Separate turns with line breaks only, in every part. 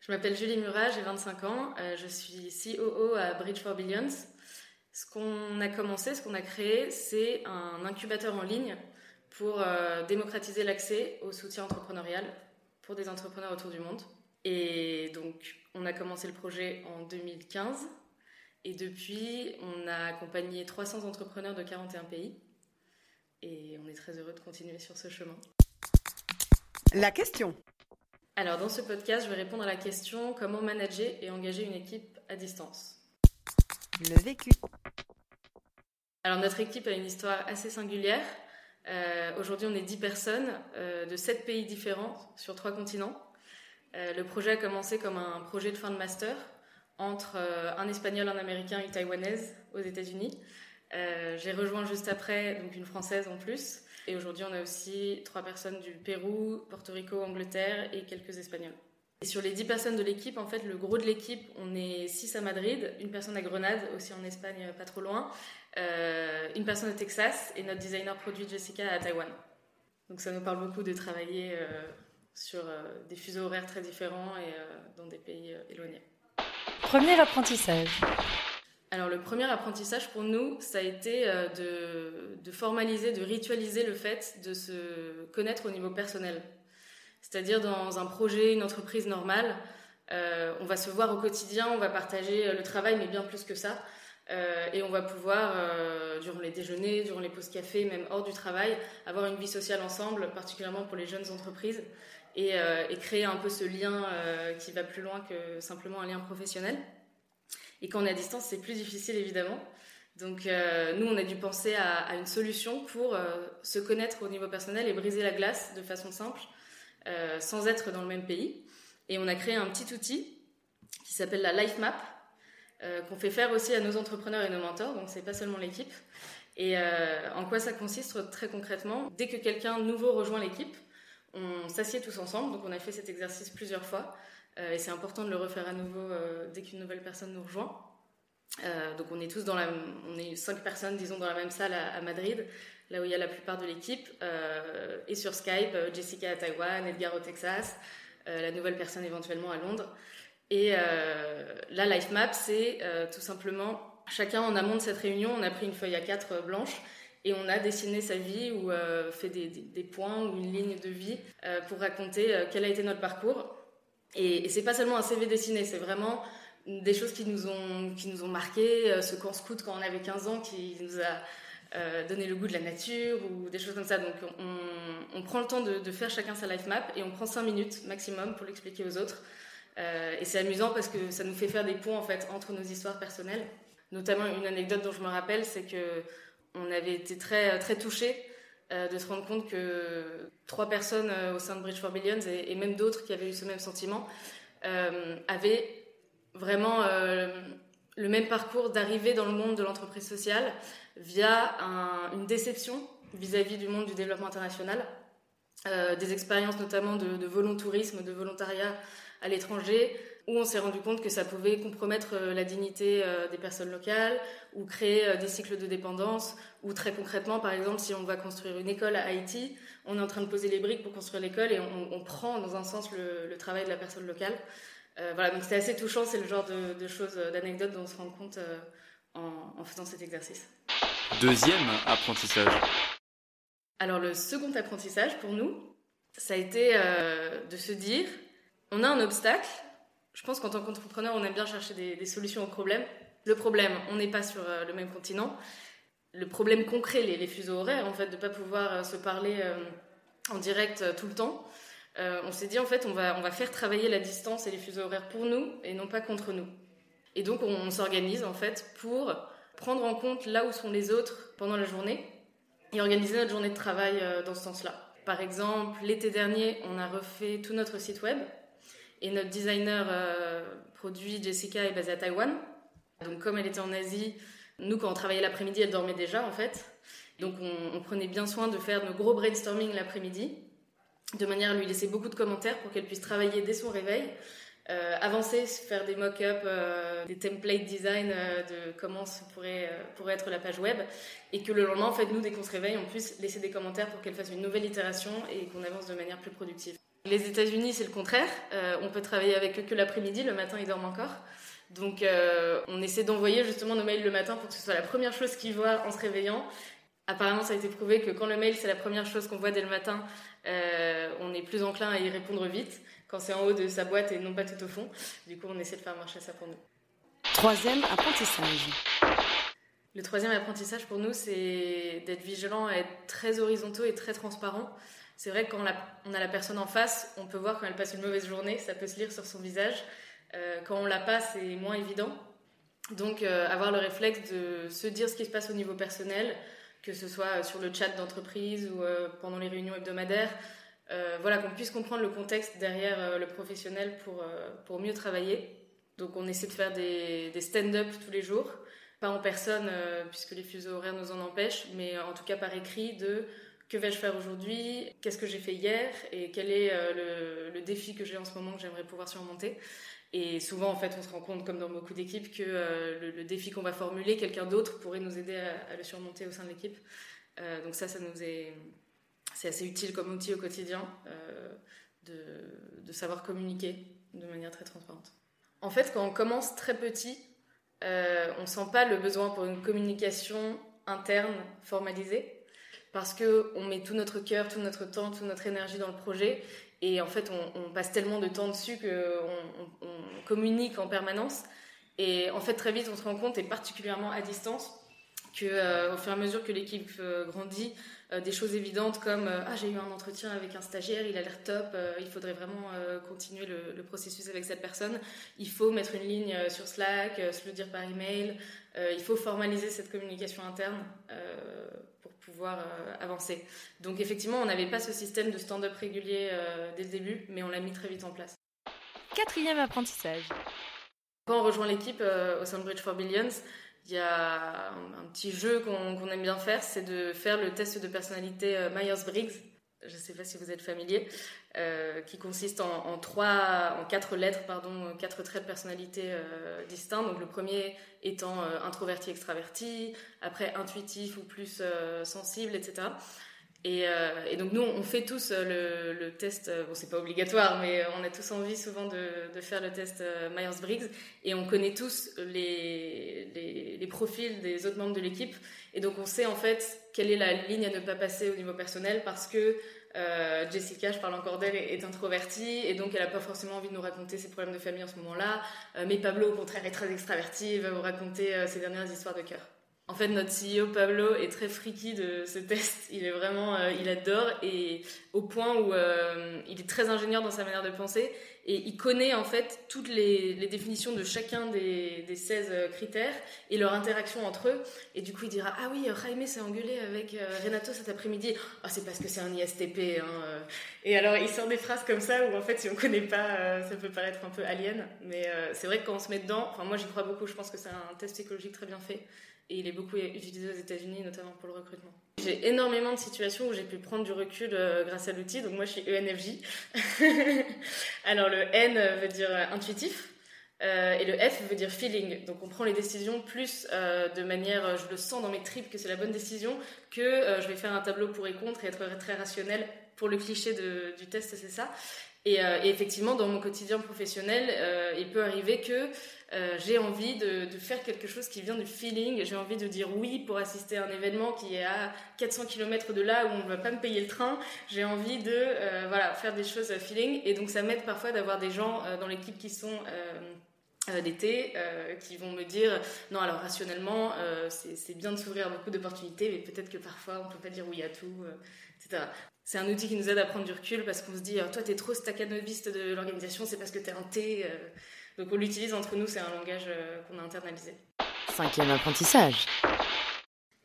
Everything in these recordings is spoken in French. Je m'appelle Julie Murat, j'ai 25 ans, euh, je suis COO à Bridge for Billions. Ce qu'on a commencé, ce qu'on a créé, c'est un incubateur en ligne pour euh, démocratiser l'accès au soutien entrepreneurial pour des entrepreneurs autour du monde. Et donc, on a commencé le projet en 2015 et depuis, on a accompagné 300 entrepreneurs de 41 pays et on est très heureux de continuer sur ce chemin.
La question.
Alors dans ce podcast, je vais répondre à la question comment manager et engager une équipe à distance.
Le vécu.
Alors notre équipe a une histoire assez singulière. Euh, Aujourd'hui, on est 10 personnes euh, de 7 pays différents sur 3 continents. Euh, le projet a commencé comme un projet de fin de master entre euh, un Espagnol, un Américain et une Taïwanaise aux États-Unis. Euh, J'ai rejoint juste après donc une Française en plus. Et aujourd'hui, on a aussi trois personnes du Pérou, Porto Rico, Angleterre et quelques Espagnols. Et sur les dix personnes de l'équipe, en fait, le gros de l'équipe, on est six à Madrid, une personne à Grenade, aussi en Espagne, pas trop loin, euh, une personne au Texas et notre designer produit Jessica à Taïwan. Donc ça nous parle beaucoup de travailler euh, sur euh, des fuseaux horaires très différents et euh, dans des pays éloignés.
Premier apprentissage.
Alors le premier apprentissage pour nous, ça a été euh, de, de, formaliser, de ritualiser le fait de se connaître au niveau personnel. C'est-à-dire dans un projet, une entreprise normale, euh, on va se voir au quotidien, on va partager euh, le travail, mais bien plus que ça. Euh, et on va pouvoir, euh, durant les déjeuners, durant les pauses café, même hors du travail, avoir une vie sociale ensemble, particulièrement pour les jeunes entreprises, et, euh, et créer un peu ce lien euh, qui va plus loin que simplement un lien professionnel. Et quand on est à distance, c'est plus difficile évidemment. Donc euh, nous, on a dû penser à, à une solution pour euh, se connaître au niveau personnel et briser la glace de façon simple, euh, sans être dans le même pays. Et on a créé un petit outil qui s'appelle la Life Map, euh, qu'on fait faire aussi à nos entrepreneurs et nos mentors, donc c'est pas seulement l'équipe. Et euh, en quoi ça consiste très concrètement Dès que quelqu'un nouveau rejoint l'équipe, on s'assied tous ensemble, donc on a fait cet exercice plusieurs fois, euh, et c'est important de le refaire à nouveau euh, dès qu'une nouvelle personne nous rejoint. Euh, donc on est tous dans la, on est cinq personnes disons dans la même salle à, à Madrid, là où il y a la plupart de l'équipe, euh, et sur Skype, Jessica à Taïwan, Edgar au Texas, euh, la nouvelle personne éventuellement à Londres. Et euh, la life map, c'est euh, tout simplement chacun en amont de cette réunion, on a pris une feuille à quatre blanche et on a dessiné sa vie ou euh, fait des, des, des, points ou une ligne de vie euh, pour raconter quel a été notre parcours. Et, c'est pas seulement un CV dessiné, c'est vraiment des choses qui nous ont, qui nous ont marqué, ce camp scout quand on avait 15 ans qui nous a euh, donné le goût de la nature ou des choses comme ça. Donc on, on prend le temps de, de, faire chacun sa life map et on prend 5 minutes maximum pour l'expliquer aux autres. Euh, et c'est amusant parce que ça nous fait faire des ponts en fait entre nos histoires personnelles. Notamment une anecdote dont je me rappelle, c'est que on avait été très très touchés euh, de se rendre compte que trois personnes euh, au sein de Bridge for Billions et, et même d'autres qui avaient eu ce même sentiment euh, avaient vraiment euh, le même parcours d'arrivée dans le monde de l'entreprise sociale via un, une déception vis-à-vis -vis du monde du développement international, Euh, des expériences notamment de, de volontourisme, de volontariat à l'étranger, où on s'est rendu compte que ça pouvait compromettre euh, la dignité euh, des personnes locales ou créer euh, des cycles de dépendance ou très concrètement par exemple si on va construire une école à Haïti on est en train de poser les briques pour construire l'école et on, on prend dans un sens le, le travail de la personne locale Euh, voilà donc c'était assez touchant c'est le genre de, de choses euh, d'anecdotes dont on se rend compte euh, en- en faisant cet exercice
Deuxième apprentissage.
Alors le second apprentissage pour nous, ça a été euh, de se dire, on a un obstacle. Je pense qu'en tant qu'entrepreneur, on aime bien chercher des, des solutions aux problèmes. Le problème, on n'est pas sur euh, le même continent. Le problème concret, les, les fuseaux horaires, en fait, de ne pas pouvoir euh, se parler euh, en direct euh, tout le temps. Euh, on s'est dit, en fait, on va, on va faire travailler la distance et les fuseaux horaires pour nous et non pas contre nous. Et donc, on, on s'organise, en fait, pour prendre en compte là où sont les autres pendant la journée et organiser notre journée de travail euh, dans ce sens-là. Par exemple, l'été dernier, on a refait tout notre site web et notre designer euh, produit Jessica est basée à Taïwan. Donc comme elle était en Asie, nous quand on travaillait l'après-midi, elle dormait déjà en fait. Donc on, on prenait bien soin de faire nos gros brainstorming l'après-midi, de manière à lui laisser beaucoup de commentaires pour qu'elle puisse travailler dès son réveil, euh, avancer, se faire des mock-ups, euh, des template design euh, de comment se pourrait, euh, pourrait être la page web et que le lendemain, en fait, nous, dès qu'on se réveille, on puisse laisser des commentaires pour qu'elle fasse une nouvelle itération et qu'on avance de manière plus productive. Les États-Unis, c'est le contraire. Euh, on peut travailler avec eux que l'après-midi, le matin, ils dorment encore. Donc, euh, on essaie d'envoyer justement nos mails le matin pour que ce soit la première chose qu'ils voient en se réveillant. Apparemment, ça a été prouvé que quand le mail, c'est la première chose qu'on voit dès le matin, euh, on est plus enclin à y répondre vite quand c'est en haut de sa boîte et non pas tout au fond. Du coup, on essaie de faire marcher ça pour nous.
Troisième apprentissage.
Le troisième apprentissage pour nous, c'est d'être vigilant, être très horizontaux et très transparent. C'est vrai que quand on la- on a la personne en face, on peut voir quand elle passe une mauvaise journée, ça peut se lire sur son visage. Euh, quand on l'a pas, c'est moins évident. Donc, euh, avoir le réflexe de se dire ce qui se passe au niveau personnel, que ce soit euh, sur le chat d'entreprise ou euh, pendant les réunions hebdomadaires. Euh, voilà, qu'on puisse comprendre le contexte derrière euh, le professionnel pour, euh, pour mieux travailler. Donc, on essaie de faire des, des stand-up tous les jours pas en personne euh, puisque les fuseaux horaires nous en empêchent, mais euh, en tout cas par écrit de que vais-je faire aujourd'hui, qu'est-ce que j'ai fait hier et quel est euh, le, le défi que j'ai en ce moment que j'aimerais pouvoir surmonter. Et souvent, en fait, on se rend compte, comme dans beaucoup d'équipes, que euh, le, le défi qu'on va formuler, quelqu'un d'autre pourrait nous aider à, à le surmonter au sein de l'équipe. Euh, donc ça, ça nous est, c'est assez utile comme outil au quotidien euh, de, de savoir communiquer de manière très transparente. En fait, quand on commence très petit, euh, on sent pas le besoin pour une communication interne formalisée parce que on met tout notre cœur, tout notre temps, toute notre énergie dans le projet et en fait on, on passe tellement de temps dessus que on, on- on communique en permanence et en fait très vite on se rend compte et particulièrement à distance que euh, au fur et à mesure que l'équipe euh, grandit euh, des choses évidentes comme euh, ah j'ai eu un entretien avec un stagiaire il a l'air top euh, il faudrait vraiment euh, continuer le- le processus avec cette personne il faut mettre une ligne euh, sur Slack, euh, se le dire par email, euh, il faut formaliser cette communication interne euh, pour pouvoir euh, avancer. Donc effectivement, on n'avait pas ce système de stand-up régulier euh, dès le début, mais on l'a mis très vite en place.
Quatrième apprentissage.
Quand on rejoint l'équipe euh, au sein de Bridge for Billions, il y a un, un petit jeu qu'on qu'on aime bien faire, c'est de faire le test de personnalité euh, Myers-Briggs. Je ne sais pas si vous êtes familier, euh, qui consiste en, en trois, en quatre lettres, pardon, euh, quatre traits de personnalité euh, distincts. Donc le premier étant euh, introverti, extraverti, après intuitif ou plus euh, sensible, etc. Et, euh, et donc nous, on fait tous euh, le, le test. euh, Bon, c'est pas obligatoire, mais euh, on a tous envie souvent de, de faire le test euh, Myers-Briggs et on connaît tous les, les, les profils des autres membres de l'équipe et donc on sait en fait quelle est la ligne à ne pas passer au niveau personnel parce que euh, Jessica, je parle encore d'elle, est est introvertie et donc elle n'a pas forcément envie de nous raconter ses problèmes de famille en ce moment-là, Euh, mais Pablo au contraire est très extraverti, il va vous raconter euh, ses dernières histoires de cœur. En fait, notre CEO Pablo est très friki de ce test. Il est vraiment, euh, il adore et au point où euh, il est très ingénieur dans sa manière de penser et il connaît en fait toutes les, les définitions de chacun des, des 16 euh, critères et leur interaction entre eux. Et du coup, il dira Ah oui, euh, Jaime s'est engueulé avec euh, Renato cet après-midi. Ah, c'est parce que c'est un ISTP. hein, euh. Et alors, il sort des phrases comme ça où en fait, si on connaît pas, euh, ça peut paraître un peu alien. Mais euh, c'est vrai que quand on se met dedans, enfin, moi j'y crois beaucoup, je pense que c'est un test psychologique très bien fait. Et il est beaucoup utilisé aux États-Unis, notamment pour le recrutement. J'ai énormément de situations où j'ai pu prendre du recul euh, grâce à E l'outil. Donc, moi, je suis ENFJ. Alors le N veut dire euh, intuitif. Euh, et le F veut dire feeling. Donc on prend les décisions plus euh, de manière, euh, je le sens dans mes tripes que c'est la bonne décision, que euh, je vais faire un tableau pour et contre et être très rationnel. Pour le cliché de- du test, c'est ça. Et, euh, et effectivement, dans mon quotidien professionnel, euh, il peut arriver que euh, j'ai envie de, de faire quelque chose qui vient du feeling. J'ai envie de dire oui pour assister à un événement qui est à 400 km de là où on ne va pas me payer le train. J'ai envie de euh, voilà, faire des choses à feeling. Et donc ça m'aide parfois d'avoir des gens euh, dans l'équipe qui sont... euh, euh, d'été euh, qui vont me dire non alors rationnellement euh, c'est c'est bien de s'ouvrir à beaucoup d'opportunités mais peut-être que parfois on peut pas dire oui à tout euh, etc c'est un outil qui nous aide à prendre du recul parce qu'on se dit euh, toi t'es trop staccanoviste de l'organisation c'est parce que t'es un T euh. donc on l'utilise entre nous c'est un langage euh, qu'on a internalisé
Cinquième apprentissage.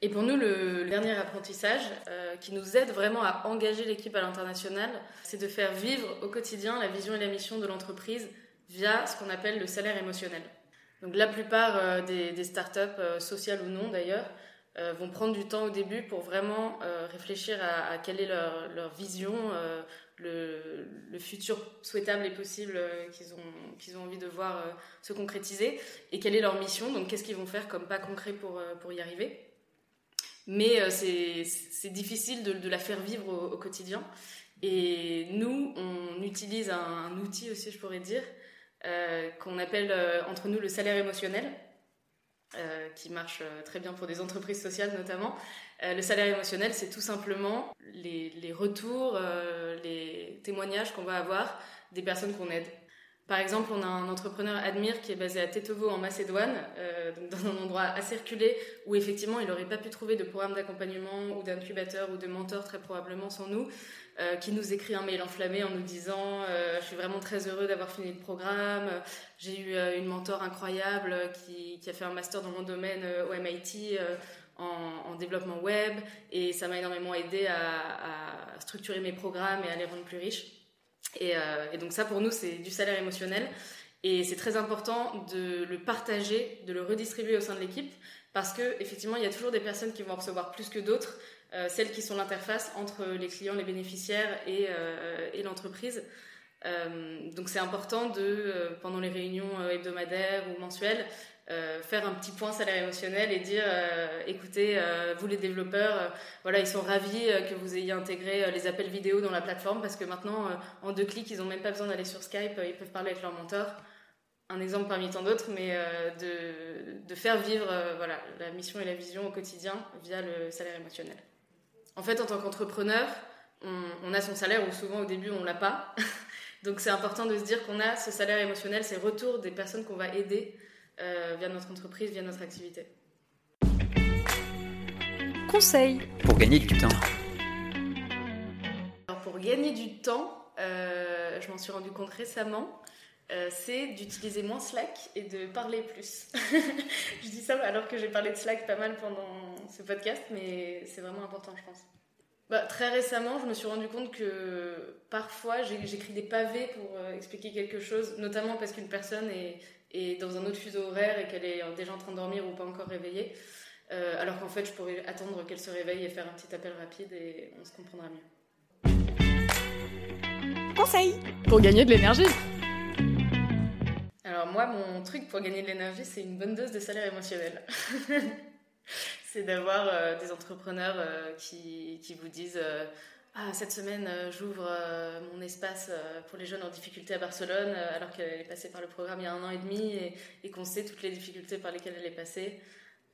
et pour nous, le le dernier apprentissage euh, qui nous aide vraiment à engager l'équipe à l'international, c'est de faire vivre au quotidien la vision et la mission de l'entreprise via ce qu'on appelle le salaire émotionnel. Donc la plupart euh, des, des startups, euh, sociales ou non d'ailleurs, euh, vont prendre du temps au début pour vraiment euh, réfléchir à, à quelle est leur, leur vision, euh, le, le futur souhaitable et possible euh, qu'ils ont, qu'ils ont envie de voir euh, se concrétiser, et quelle est leur mission, donc qu'est-ce qu'ils vont faire comme pas concret pour, euh, pour y arriver. Mais euh, c'est c'est difficile de, de la faire vivre au, au quotidien. Et nous, on utilise un, un outil aussi, je pourrais dire, euh, qu'on appelle euh, entre nous le salaire émotionnel, euh, qui marche euh, très bien pour des entreprises sociales notamment. Euh, le salaire émotionnel, c'est tout simplement les, les retours, euh, les témoignages qu'on va avoir des personnes qu'on aide. Par exemple, on a un entrepreneur Admire qui est basé à Tetovo en Macédoine, euh, donc dans un endroit assez reculé où effectivement il n'aurait pas pu trouver de programme d'accompagnement ou d'incubateur ou de mentor très probablement sans nous, euh, qui nous écrit un mail enflammé en nous disant euh, je suis vraiment très heureux d'avoir fini le programme, j'ai eu euh, une mentor incroyable euh, qui, qui a fait un master dans mon domaine euh, au MIT euh, en, en développement web et ça m'a énormément aidé à, à structurer mes programmes et à les rendre plus riches. Et, euh, et donc ça pour nous c'est du salaire émotionnel. Et c'est très important de le partager, de le redistribuer au sein de l'équipe, parce que effectivement, il y a toujours des personnes qui vont en recevoir plus que d'autres, euh, celles qui sont l'interface entre les clients, les bénéficiaires et, euh, et l'entreprise. Euh, donc c'est important de, euh, pendant les réunions euh, hebdomadaires ou mensuelles, euh, faire un petit point salaire émotionnel et dire, euh, écoutez, euh, vous les développeurs, euh, voilà, ils sont ravis euh, que vous ayez intégré euh, les appels vidéo dans la plateforme parce que maintenant, euh, en deux clics, ils n'ont même pas besoin d'aller sur Skype, euh, ils peuvent parler avec leur mentor un exemple parmi tant d'autres, mais euh, de, de faire vivre euh, voilà, la mission et la vision au quotidien via le salaire émotionnel. En fait, en tant qu'entrepreneur, on, on a son salaire ou souvent au début on l'a pas. Donc c'est important de se dire qu'on a ce salaire émotionnel, ces retours des personnes qu'on va aider euh, via notre entreprise, via notre activité.
Conseil
Pour gagner du temps.
Alors pour gagner du temps, euh, je m'en suis rendu compte récemment, euh, c'est d'utiliser moins Slack et de parler plus. je dis ça alors que j'ai parlé de Slack pas mal pendant ce podcast, mais c'est vraiment important, je pense. Bah, très récemment, je me suis rendu compte que parfois j'ai- j'écris des pavés pour euh, expliquer quelque chose, notamment parce qu'une personne est, est dans un autre fuseau horaire et qu'elle est euh, déjà en train de dormir ou pas encore réveillée, Euh, alors qu'en fait je pourrais attendre qu'elle se réveille et faire un petit appel rapide et on se comprendra mieux.
Conseil Pour gagner de l'énergie
Alors moi, mon truc pour gagner de l'énergie, c'est une bonne dose de salaire émotionnel. c'est d'avoir euh, des entrepreneurs euh, qui, qui vous disent euh, Ah, cette semaine, euh, j'ouvre euh, mon espace euh, pour les jeunes en difficulté à Barcelone, euh, alors qu'elle est passée par le programme il y a un an et demi et, et qu'on sait toutes les difficultés par lesquelles elle est passée.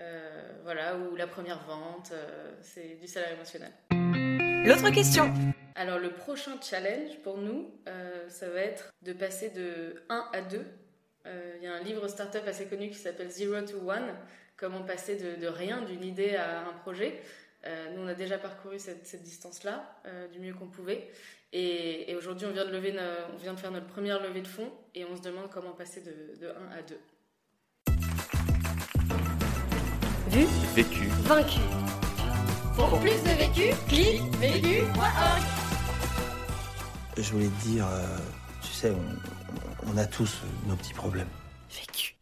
Euh, voilà, ou la première vente, euh, c'est du salaire émotionnel.
L'autre question.
Alors le prochain challenge pour nous, euh, ça va être de passer de 1 à 2. Euh, Il y a un livre startup assez connu qui s'appelle Zero to One, comment passer de, de rien, d'une idée à un projet. Euh, nous, on a déjà parcouru cette, cette distance-là euh, du mieux qu'on pouvait. Et, et aujourd'hui, on, vient de lever no- on vient de faire notre première levée de fonds et on se demande comment passer de, de 1 à 2.
Vu,
Vécu.
vaincu.
Pour plus de vécu, clique vécu.org
Je voulais te dire, euh, tu sais, on, on a tous nos petits problèmes.
Vécu.